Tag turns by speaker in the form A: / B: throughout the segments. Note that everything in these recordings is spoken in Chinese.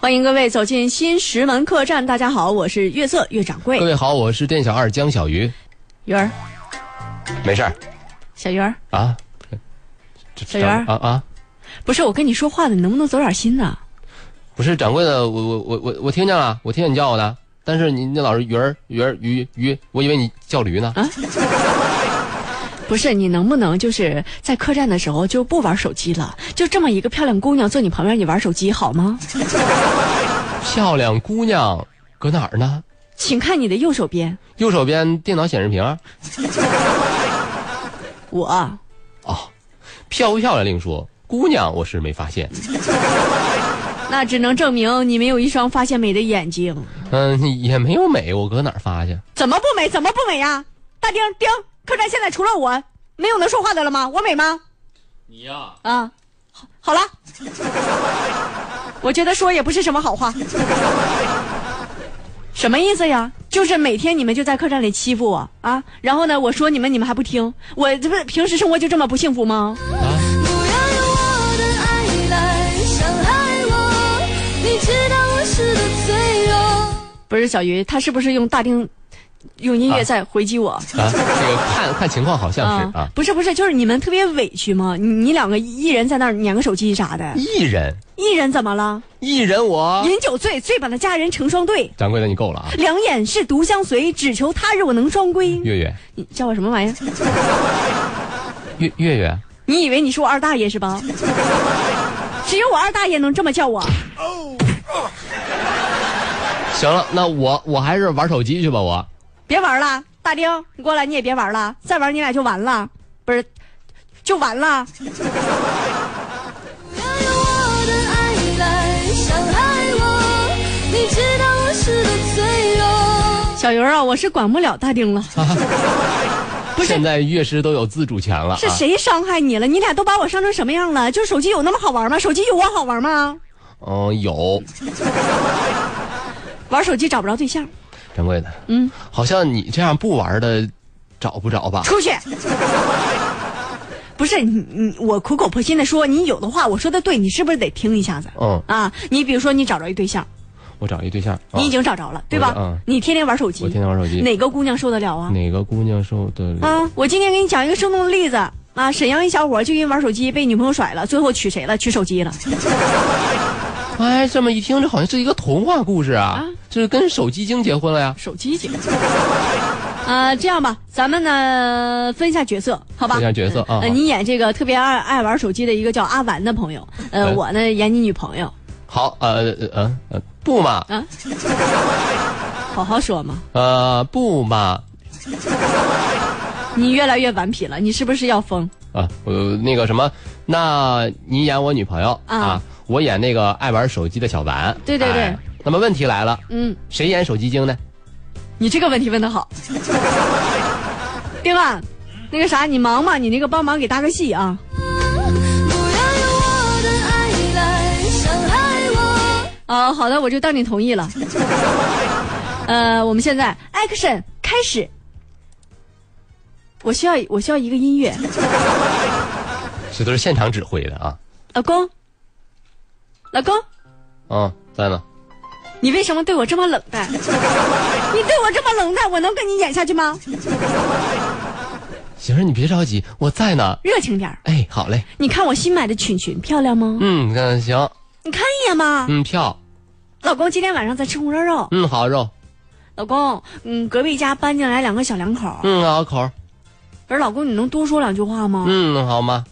A: 欢迎各位走进新石门客栈。大家好，我是月色月掌柜
B: 各。位好，我是店小二江小鱼，
A: 鱼儿，
B: 没事儿
A: 小鱼儿，
B: 啊。这
A: 小袁
B: 啊啊，
A: 不是我跟你说话的，你能不能走点心呢？
B: 不是掌柜的，我我我我我听见了，啊我听见你叫我的，但是你你老是鱼儿鱼儿鱼鱼，我以为你叫驴呢。
A: 不是你能不能就是在客栈的时候就不玩手机了？就这么一个漂亮姑娘坐你旁边，你玩手机好吗？
B: 漂亮姑娘搁哪儿呢？
A: 请看你的右手边，
B: 右手边电脑显示屏。
A: 我
B: 哦，漂不漂亮另说，姑娘我是没发现。
A: 那只能证明你没有一双发现美的眼睛。
B: 嗯，也没有美，我搁哪儿发去？啊
A: 怎么不美？怎么不美呀？大丁丁，客栈现在除了我，没有能说话的了吗？我美吗？
B: 你呀、
A: 啊， 好好了，我觉得说也不是什么好话。什么意思呀？就是每天你们就在客栈里欺负我啊，然后呢，我说你们，你们还不听，我这不是平时生活就这么不幸福吗？
B: 啊
C: 不要用我的爱来伤害我，啊你知道我是个脆弱。
A: 不是小鱼，他是不是用大丁，用音乐
B: 啊
A: 在回击我？
B: 啊，这个看看情况好像是啊，
A: 不是不是，就是你们特别委屈吗？你你两个一人在那儿撵个手机啥的，
B: 艺人
A: 一人怎么了？
B: 艺人我
A: 饮酒醉，醉把那佳人成双对，
B: 掌柜的你够了啊，
A: 两眼是独相随，只求他日我能双归。
B: 月月
A: 你叫我什么玩意儿？
B: 月月月。
A: 你以为你是我二大爷是吧？ 只有我二大爷能这么叫我。
B: 行了，那我我还是玩手机去吧，我
A: 别玩了，大丁，你过来，你也别玩了，再玩你俩就完了，不是，就完了。
C: 不要用我的爱来伤害我，你知道我是个脆弱。
A: 小鱼儿啊，我是管不了大丁了，不是
B: 现。在乐师都有自主权了、啊。
A: 是？谁伤害你了？你俩都把我伤成什么样了？就是手机有那么好玩吗？手机有我好玩吗？
B: 嗯，有
A: 玩手机找不着对象，
B: 掌柜的。
A: 嗯，
B: 好像你这样不玩的，找不着吧？
A: 出去。不是你你我苦口婆心的说，你有的话我说的对，你是不是得听一下子？
B: 嗯，
A: 啊，你比如说你找着一对象，
B: 我找一对象。啊
A: 你已经找着了，对吧？
B: 嗯
A: 你天天玩手机，
B: 我天天玩手机。
A: 哪个姑娘受得了啊？
B: 哪个姑娘受得了？
A: 啊，我今天给你讲一个生动的例子啊，沈阳一小伙就因玩手机被女朋友甩了，最后娶谁了？娶手机了。
B: 哎，这么一听，这好像是一个童话故事啊！这是跟手机精结婚了呀？
A: 手机 姐。啊，这样吧，咱们呢分一下角色，好吧？
B: 分一下角色
A: 嗯
B: 啊
A: 呃，
B: 好
A: 你演这个特别爱爱玩手机的一个叫阿丸的朋友，呃，
B: 嗯
A: 我呢演你女朋友，
B: 好，呃呃呃呃，不嘛，
A: 好好说嘛。
B: 呃不嘛，
A: 你越来越顽皮了，你是不是要疯？
B: 啊，呃那个什么，那你演我女朋友
A: 啊
B: 我演那个爱玩手机的小丸。
A: 对对对
B: 哎那么问题来了，
A: 嗯，
B: 谁演手机精呢？
A: 你这个问题问的好，丁啊，那个啥，你忙吗？你那个帮忙给搭个戏啊。
C: 不要用我的爱来伤害我，
A: 啊，好的，我就当你同意了。 呃，我们现在 action 开始。我需要我需要一个音乐，
B: 这都是现场指挥的啊。
A: 老公，老公，
B: 嗯，在呢。
A: 你为什么对我这么冷淡？ 你对我这么冷淡，我能跟你演下去吗？
B: 行儿，你别着急，我在呢。
A: 热情点儿
B: 哎，好嘞。
A: 你看我新买的裙裙漂亮吗？
B: 嗯，嗯，行，
A: 你看一眼嘛。
B: 嗯，票，
A: 老公，今天晚上咱吃红烧肉。
B: 嗯，好肉，
A: 老公，嗯，隔壁家搬进来两个小两口儿。
B: 嗯，好口儿，
A: 不是，老公，你能多说两句话吗？
B: 嗯，好吗？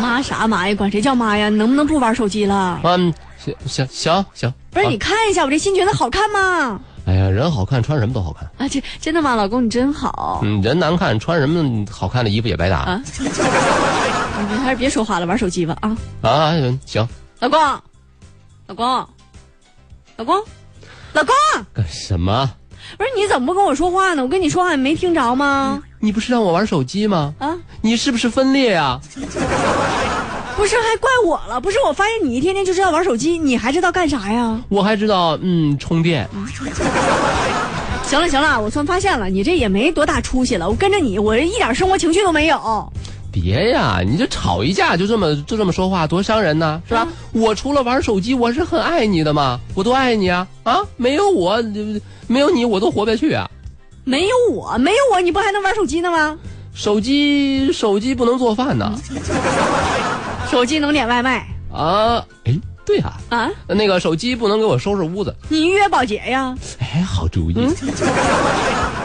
A: 妈啥妈呀，管谁叫妈呀？你能不能不玩手机了？
B: 嗯，行行行行。
A: 不是，
B: 啊
A: 你看一下我这新裙子好看吗？
B: 哎呀，人好看，穿什么都好看。
A: 啊，这真的吗？老公，你真好，
B: 嗯，人难看，穿什么好看的衣服也白搭
A: 啊你还是别说话了，玩手机吧啊！
B: 啊。嗯行，
A: 老公，老公，老公，老公，
B: 干什么？
A: 不是你怎么不跟我说话呢？我跟你说话你没听着吗？
B: 你不是让我玩手机吗？
A: 啊，
B: 你是不是分裂啊呀、
A: 不是还怪我了？不是我发现你一天天就知道玩手机，你还知道干啥呀？
B: 我还知道，嗯，充电。
A: 行了行了，我算发现了，你这也没多大出息了。我跟着你，我这一点生活情趣都没有。
B: 别呀，你就吵一架就这么就这么说话，多伤人呐，是吧？我除了玩手机，我是很爱你的嘛，我多爱你啊啊！没有我，呃没有你，我都活不下去啊。
A: 没有我，没有我，你不还能玩手机呢吗？
B: 手机手机不能做饭呐
A: 手机能点外卖
B: 啊！哎，对啊，
A: 啊？
B: 那个手机不能给我收拾屋子，
A: 你约保洁呀？
B: 哎，好主意。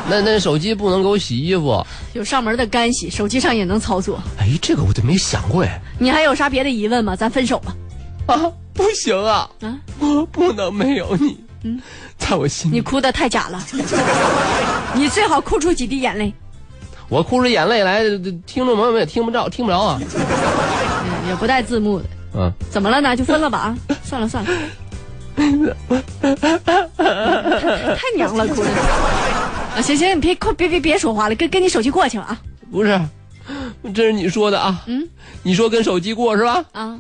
B: 那那手机不能给我洗衣服，
A: 有上门的干洗，手机上也能操作。
B: 哎，这个我就没想过哎。
A: 你还有啥别的疑问吗？咱分手吧。
B: 啊，不行啊，
A: 啊，
B: 我不能没有你。在我心
A: 你
B: 里，
A: 哭的太假了， 你最好哭出几滴眼泪。
B: 我哭出眼泪来，听众朋友们也听不着，听不着啊。
A: 嗯，也不带字幕的。
B: 嗯，
A: 怎么了呢？就分了吧啊！算了算了，太太娘了，哭的。啊，行行，你别快别别别说话了，跟跟你手机过去了啊
B: 不是，这是你说的啊。
A: 嗯，
B: 你说跟手机过是吧？
A: 啊！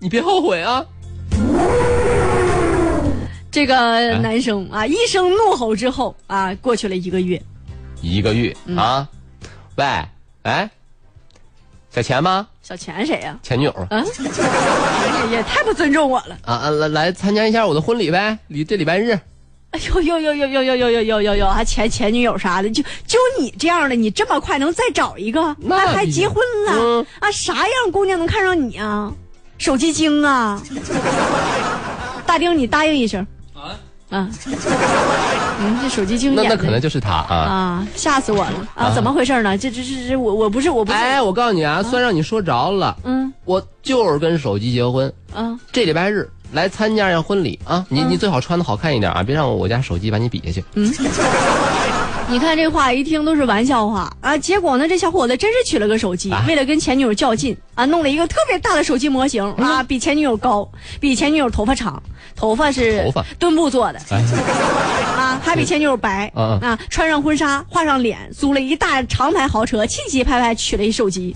B: 你别后悔啊。
A: 这个男生啊，一声怒吼之后啊，过去了一个月，
B: 一个月、
A: 嗯
B: 啊，喂，哎，小钱吗？
A: 小钱谁呀、
B: 前女友
A: 啊？也也太不尊重我了！
B: 啊啊，来来参加一下我的婚礼呗，礼这礼拜日。
A: 哎呦呦呦呦呦呦呦呦呦呦呦，还前前女友啥的，就就你这样的，你这么快能再找一个？
B: 那
A: 还还
B: 必须
A: 结婚了、
B: 嗯
A: 啊？啥样姑娘能看上你啊？手机精啊！大丁，你答应一声啊啊！嗯，这手机精
B: 那
A: 演
B: 那
A: 的
B: 可能就是他啊。
A: 啊，吓死我了啊！怎么回事呢？这这这这，我我不是我不是、
B: 哎，我告诉你啊，虽然你说着了，
A: 嗯
B: 我就是跟手机结婚，
A: 啊
B: 这礼拜日来参加一下婚礼啊。
A: 嗯
B: 你、你最好穿的好看一点啊，别让我家手机把你比下去。
A: 你看这话一听都是玩笑话啊！结果呢，这小伙子真是娶了个手机，
B: 啊
A: 为了跟前女友较劲啊，弄了一个特别大的手机模型
B: 嗯
A: 啊，比前女友高，比前女友头发长，头发是
B: 头发
A: 墩布做的
B: 哎，
A: 啊，还比前女友白
B: 嗯
A: 啊，穿上婚纱，画上脸，租了一大长牌豪车，气急败坏娶了一手机。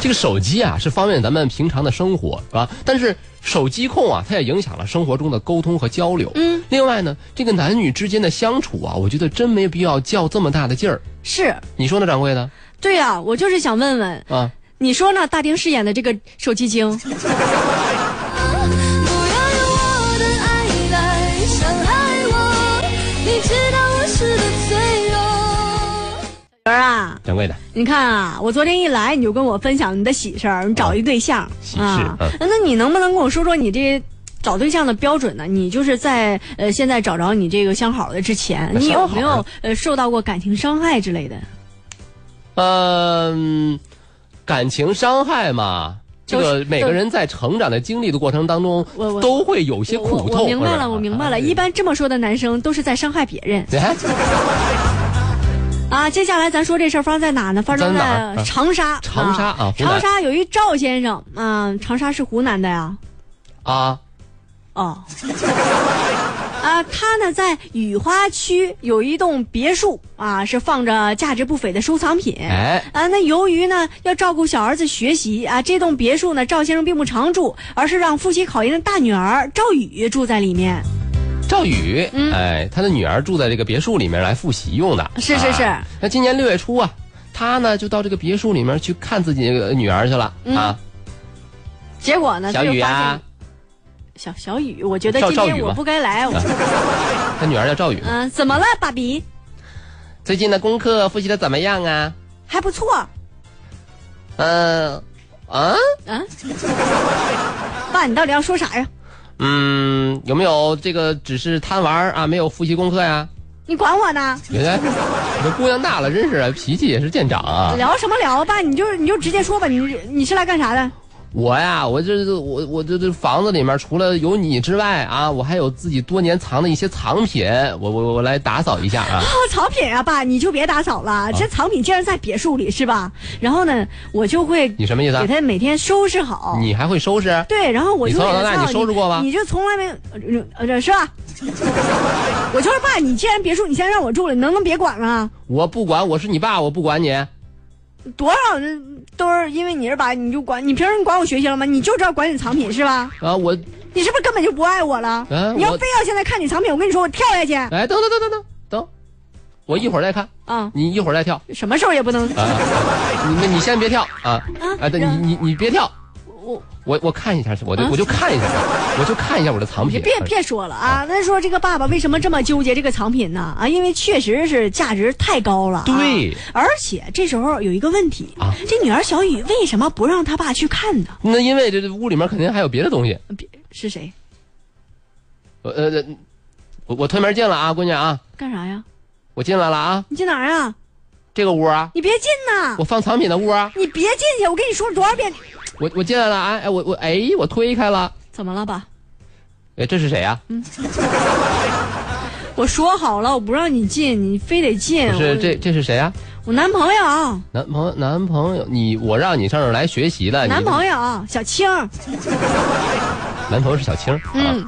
B: 这个手机啊是方便咱们平常的生活，是吧？但是手机控啊，它也影响了生活中的沟通和交流。
A: 嗯，
B: 另外呢，这个男女之间的相处啊，我觉得真没必要较这么大的劲儿。
A: 是
B: 你说呢，掌柜的？
A: 对呀、我就是想问问，
B: 啊，
A: 你说呢？大丁饰演的这个手机精，
C: 不要用我的爱来伤害我，你知道我是个脆弱。
A: 儿啊，
B: 掌柜的，
A: 你看啊，我昨天一来你就跟我分享你的喜事儿，你找一对象啊
B: 喜事嗯
A: 那你能不能跟我说说你这找对象的标准呢？你就是在呃现在找着你这个相好的之前，
B: 那
A: 你有没
B: 相好啊
A: 有
B: 的
A: 呃受到过感情伤害之类的？
B: 嗯，感情伤害嘛，这
A: 都
B: 个
A: 是
B: 每个人在成长的经历的过程当中
A: 我我，
B: 都会有些苦
A: 我我
B: 痛。啊哎
A: 我明白了，
B: 或者
A: 我明白了。一。般这么说的男生都是在伤害别人
B: 哎，
A: 啊。接下来咱说这事儿发生在哪呢？发生
B: 在哪儿
A: 在
B: 啊
A: 长沙。
B: 长沙啊湖
A: 长
B: 南
A: 沙有一赵先生啊，长沙是湖南的呀。
B: 啊，
A: 哦， 啊，他呢在雨花区有一栋别墅啊，是放着价值不菲的收藏品。
B: 哎，
A: 啊，那由于呢要照顾小儿子学习啊，这栋别墅呢赵先生并不常住，而是让复习考研的大女儿赵宇住在里面。
B: 赵宇，
A: 嗯
B: 哎，他的女儿住在这个别墅里面来复习用的。
A: 是是是
B: 啊那今年六月初啊，他呢就到这个别墅里面去看自己的女儿去了、啊。
A: 结果呢，他
B: 小雨
A: 嗯就发
B: 啊
A: 现，小小雨，我觉得
B: 赵
A: 今
B: 赵
A: 天
B: 宇
A: 我
B: 吗
A: 不该来。 我
B: 他女儿叫赵宇。
A: 嗯、怎么了，爸比？
B: 最近的功课复习的怎么样啊？
A: 还不错。
B: 嗯、啊，
A: 嗯、爸，你到底要说啥呀？
B: 嗯，有没有这个只是贪玩儿啊，没有复习功课呀？
A: 你管我呢？
B: 原来你这姑娘大了，真是脾气也是见长啊！
A: 聊什么聊吧，你就你就直接说吧，你你是来干啥的？
B: 我呀，我这这我我这这房子里面除了有你之外啊，我还有自己多年藏的一些藏品，我我我来打扫一下啊。
A: 哦，藏品啊，爸，你就别打扫了，这藏品竟然在别墅里是吧？然后呢，我就会
B: 你什么意思
A: 给
B: 啊
A: 他每天收拾好。
B: 你还会收拾？
A: 对，然后我就
B: 你从小
A: 会
B: 到大
A: 操
B: 你收拾过吗
A: 你就从来没有呃呃是吧？ 我就是爸，你既然别墅你先让我住了，你能不能别管啊了？
B: 我不管，我是你爸，我不管你。啊
A: 多少人都是因为你是爸，你就管你平时你管我学习了吗？你就知道管你藏品是吧？
B: 啊，我
A: 你是不是根本就不爱我了？
B: 嗯
A: 你要
B: 我
A: 非要现在看你藏品，我跟你说，我跳下去。
B: 哎，等等等等等等，我一会儿再看，
A: 啊，
B: 你一会儿再跳。
A: 什么时候也不能
B: 啊，你那你先别跳啊啊！对，你你你别跳，
A: 我
B: 我我看一下，我就我就看一下，我就看一下我的藏品。
A: 别别说了啊！那说这个爸爸为什么这么纠结这个藏品呢？啊，因为确实是价值太高了、啊。
B: 对，
A: 而且这时候有一个问题
B: 啊
A: 这女儿小雨为什么不让他爸去看呢？
B: 那因为这这屋里面肯定还有别的东西。
A: 别是谁
B: 呃呃，我我推门进了啊，闺女啊，
A: 干啥呀？
B: 我进来了啊，
A: 你进哪儿啊？
B: 这个屋啊，
A: 你别进呐！
B: 我放藏品的屋啊，
A: 你别进去！我跟你说了多少遍，
B: 我我进来了啊，哎我我哎我推开了，
A: 怎么了吧？
B: 哎这是谁啊？
A: 我说好了，我不让你进，你非得进。
B: 不是
A: 我
B: 这啊这是谁啊？
A: 我男朋友，
B: 男朋友男朋友，你我让你上这儿来学习的，你啊
A: 男朋友小青，
B: 男朋友是小青，
A: 嗯，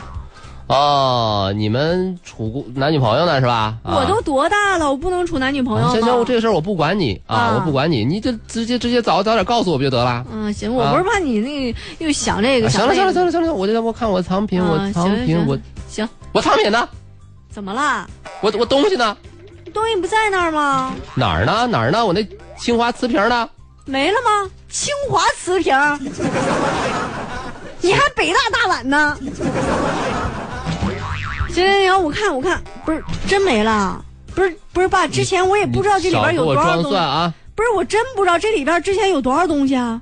B: 啊，哦，你们处过男女朋友呢是吧？啊
A: 我都多大了，我不能处男女朋友
B: 啊
A: 吗？
B: 行行，我这个事儿我不管你啊，
A: 啊
B: 我不管你，你就直接直接早早点告诉我不就得了？
A: 嗯，行，我不是怕你那个又想这
B: 啊
A: 个，
B: 行
A: 想
B: 了
A: 那
B: 行
A: 个
B: 了行了行了，我就我看我藏品，
A: 啊
B: 我藏
A: 行
B: 品
A: 行，
B: 我
A: 行，
B: 我藏品呢？
A: 怎么啦？
B: 我我东西呢？
A: 东西不在那儿吗？
B: 哪儿呢？哪儿呢？我那青花瓷瓶呢？
A: 没了吗？清华瓷瓶儿，你还北大大碗呢？行行行，我看我看，不是真没了，不是不是爸，之前我也不知道这里边有多
B: 少给
A: 少
B: 我装
A: 东西
B: 蒜，啊！
A: 不是我真不知道这里边之前有多少东西啊。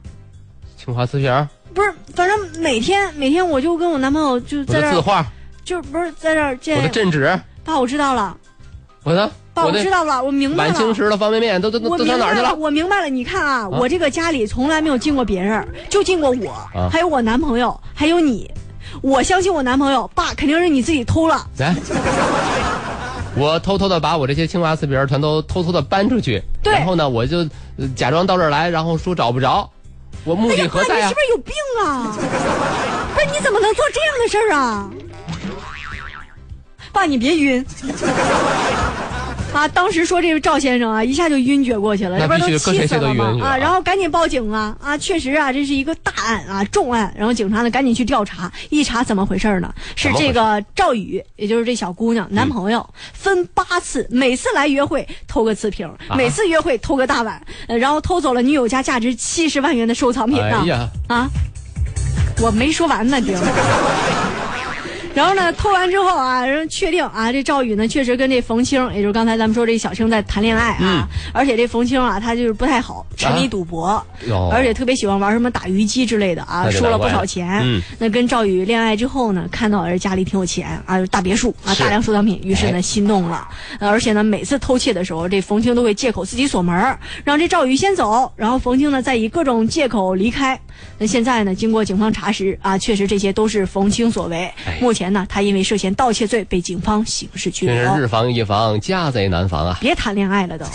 B: 青花瓷瓶，
A: 不是，反正每天每天我就跟我男朋友就
B: 我
A: 在这
B: 的字
A: 儿，
B: 画，
A: 就不是在这儿
B: 我的
A: 见
B: 镇纸，
A: 爸，我知道了，
B: 我的
A: 爸，我
B: 的
A: 知道了，我明白
B: 晚
A: 了。
B: 清吃的方便面都都都
A: 我
B: 都
A: 明
B: 上哪
A: 白
B: 儿去
A: 了，
B: 了？
A: 我明白了。你看啊，我这个家里从来没有进过别人，就进过我，
B: 啊
A: 还有我男朋友，还有你。我相信我男朋友，爸肯定是你自己偷了。
B: 来，我偷偷的把我这些青花瓷瓶儿全都偷偷的搬出去，
A: 对
B: 然后呢，我就呃假装到这儿来，然后说找不着，我目
A: 哎
B: 的
A: 呀，爸，
B: 何
A: 你
B: 在
A: 是
B: 啊
A: 不？是有病啊？ 不是，你怎么能做这样的事儿啊？爸，你别晕。啊，当时说这个赵先生啊，一下就晕厥过去了，
B: 那
A: 要不然
B: 必
A: 气
B: 须
A: 死了
B: 跟谁谁都
A: 嘛
B: 晕厥
A: 啊！
B: 啊
A: 然后赶紧报警啊啊！确实啊，这是一个大案啊，重案。然后警察呢，赶紧去调查，一查怎么回事呢？是
B: 怎么回
A: 这
B: 事
A: 个赵宇，也就是这小姑娘男朋友，分八次，每次来约会偷个瓷瓶，
B: 啊
A: 每次约会偷个大碗，呃然后偷走了女友家价值七十万元的收藏品呢
B: 哎。呀，
A: 啊，我没说完 呢，丁。然后呢，偷完之后啊，然后确定啊，这赵宇呢确实跟这冯青，也就是刚才咱们说这小青在谈恋爱啊，
B: 嗯
A: 而且这冯青啊，他就是不太好，沉
B: 啊
A: 迷赌博，
B: 哟
A: 而且特别喜欢玩什么打鱼机之类的啊，
B: 哦那就
A: 输了
B: 难
A: 不
B: 怪
A: 少钱。
B: 嗯
A: 那跟赵宇恋爱之后呢，看到人家里挺有钱啊，有大别墅啊，
B: 是哎
A: 大量收藏品，于是呢心动了。呃而且呢，每次偷窃的时候，这冯青都会借口自己锁门儿，让这赵宇先走，然后冯青呢再以各种借口离开。那现在呢，经过警方查实啊，确实这些都是冯青所为。
B: 哎
A: 目前呢，他因为涉嫌盗窃罪被警方刑事拘
B: 真
A: 留
B: 是。日防夜防，家贼难防啊！
A: 别谈恋爱了都。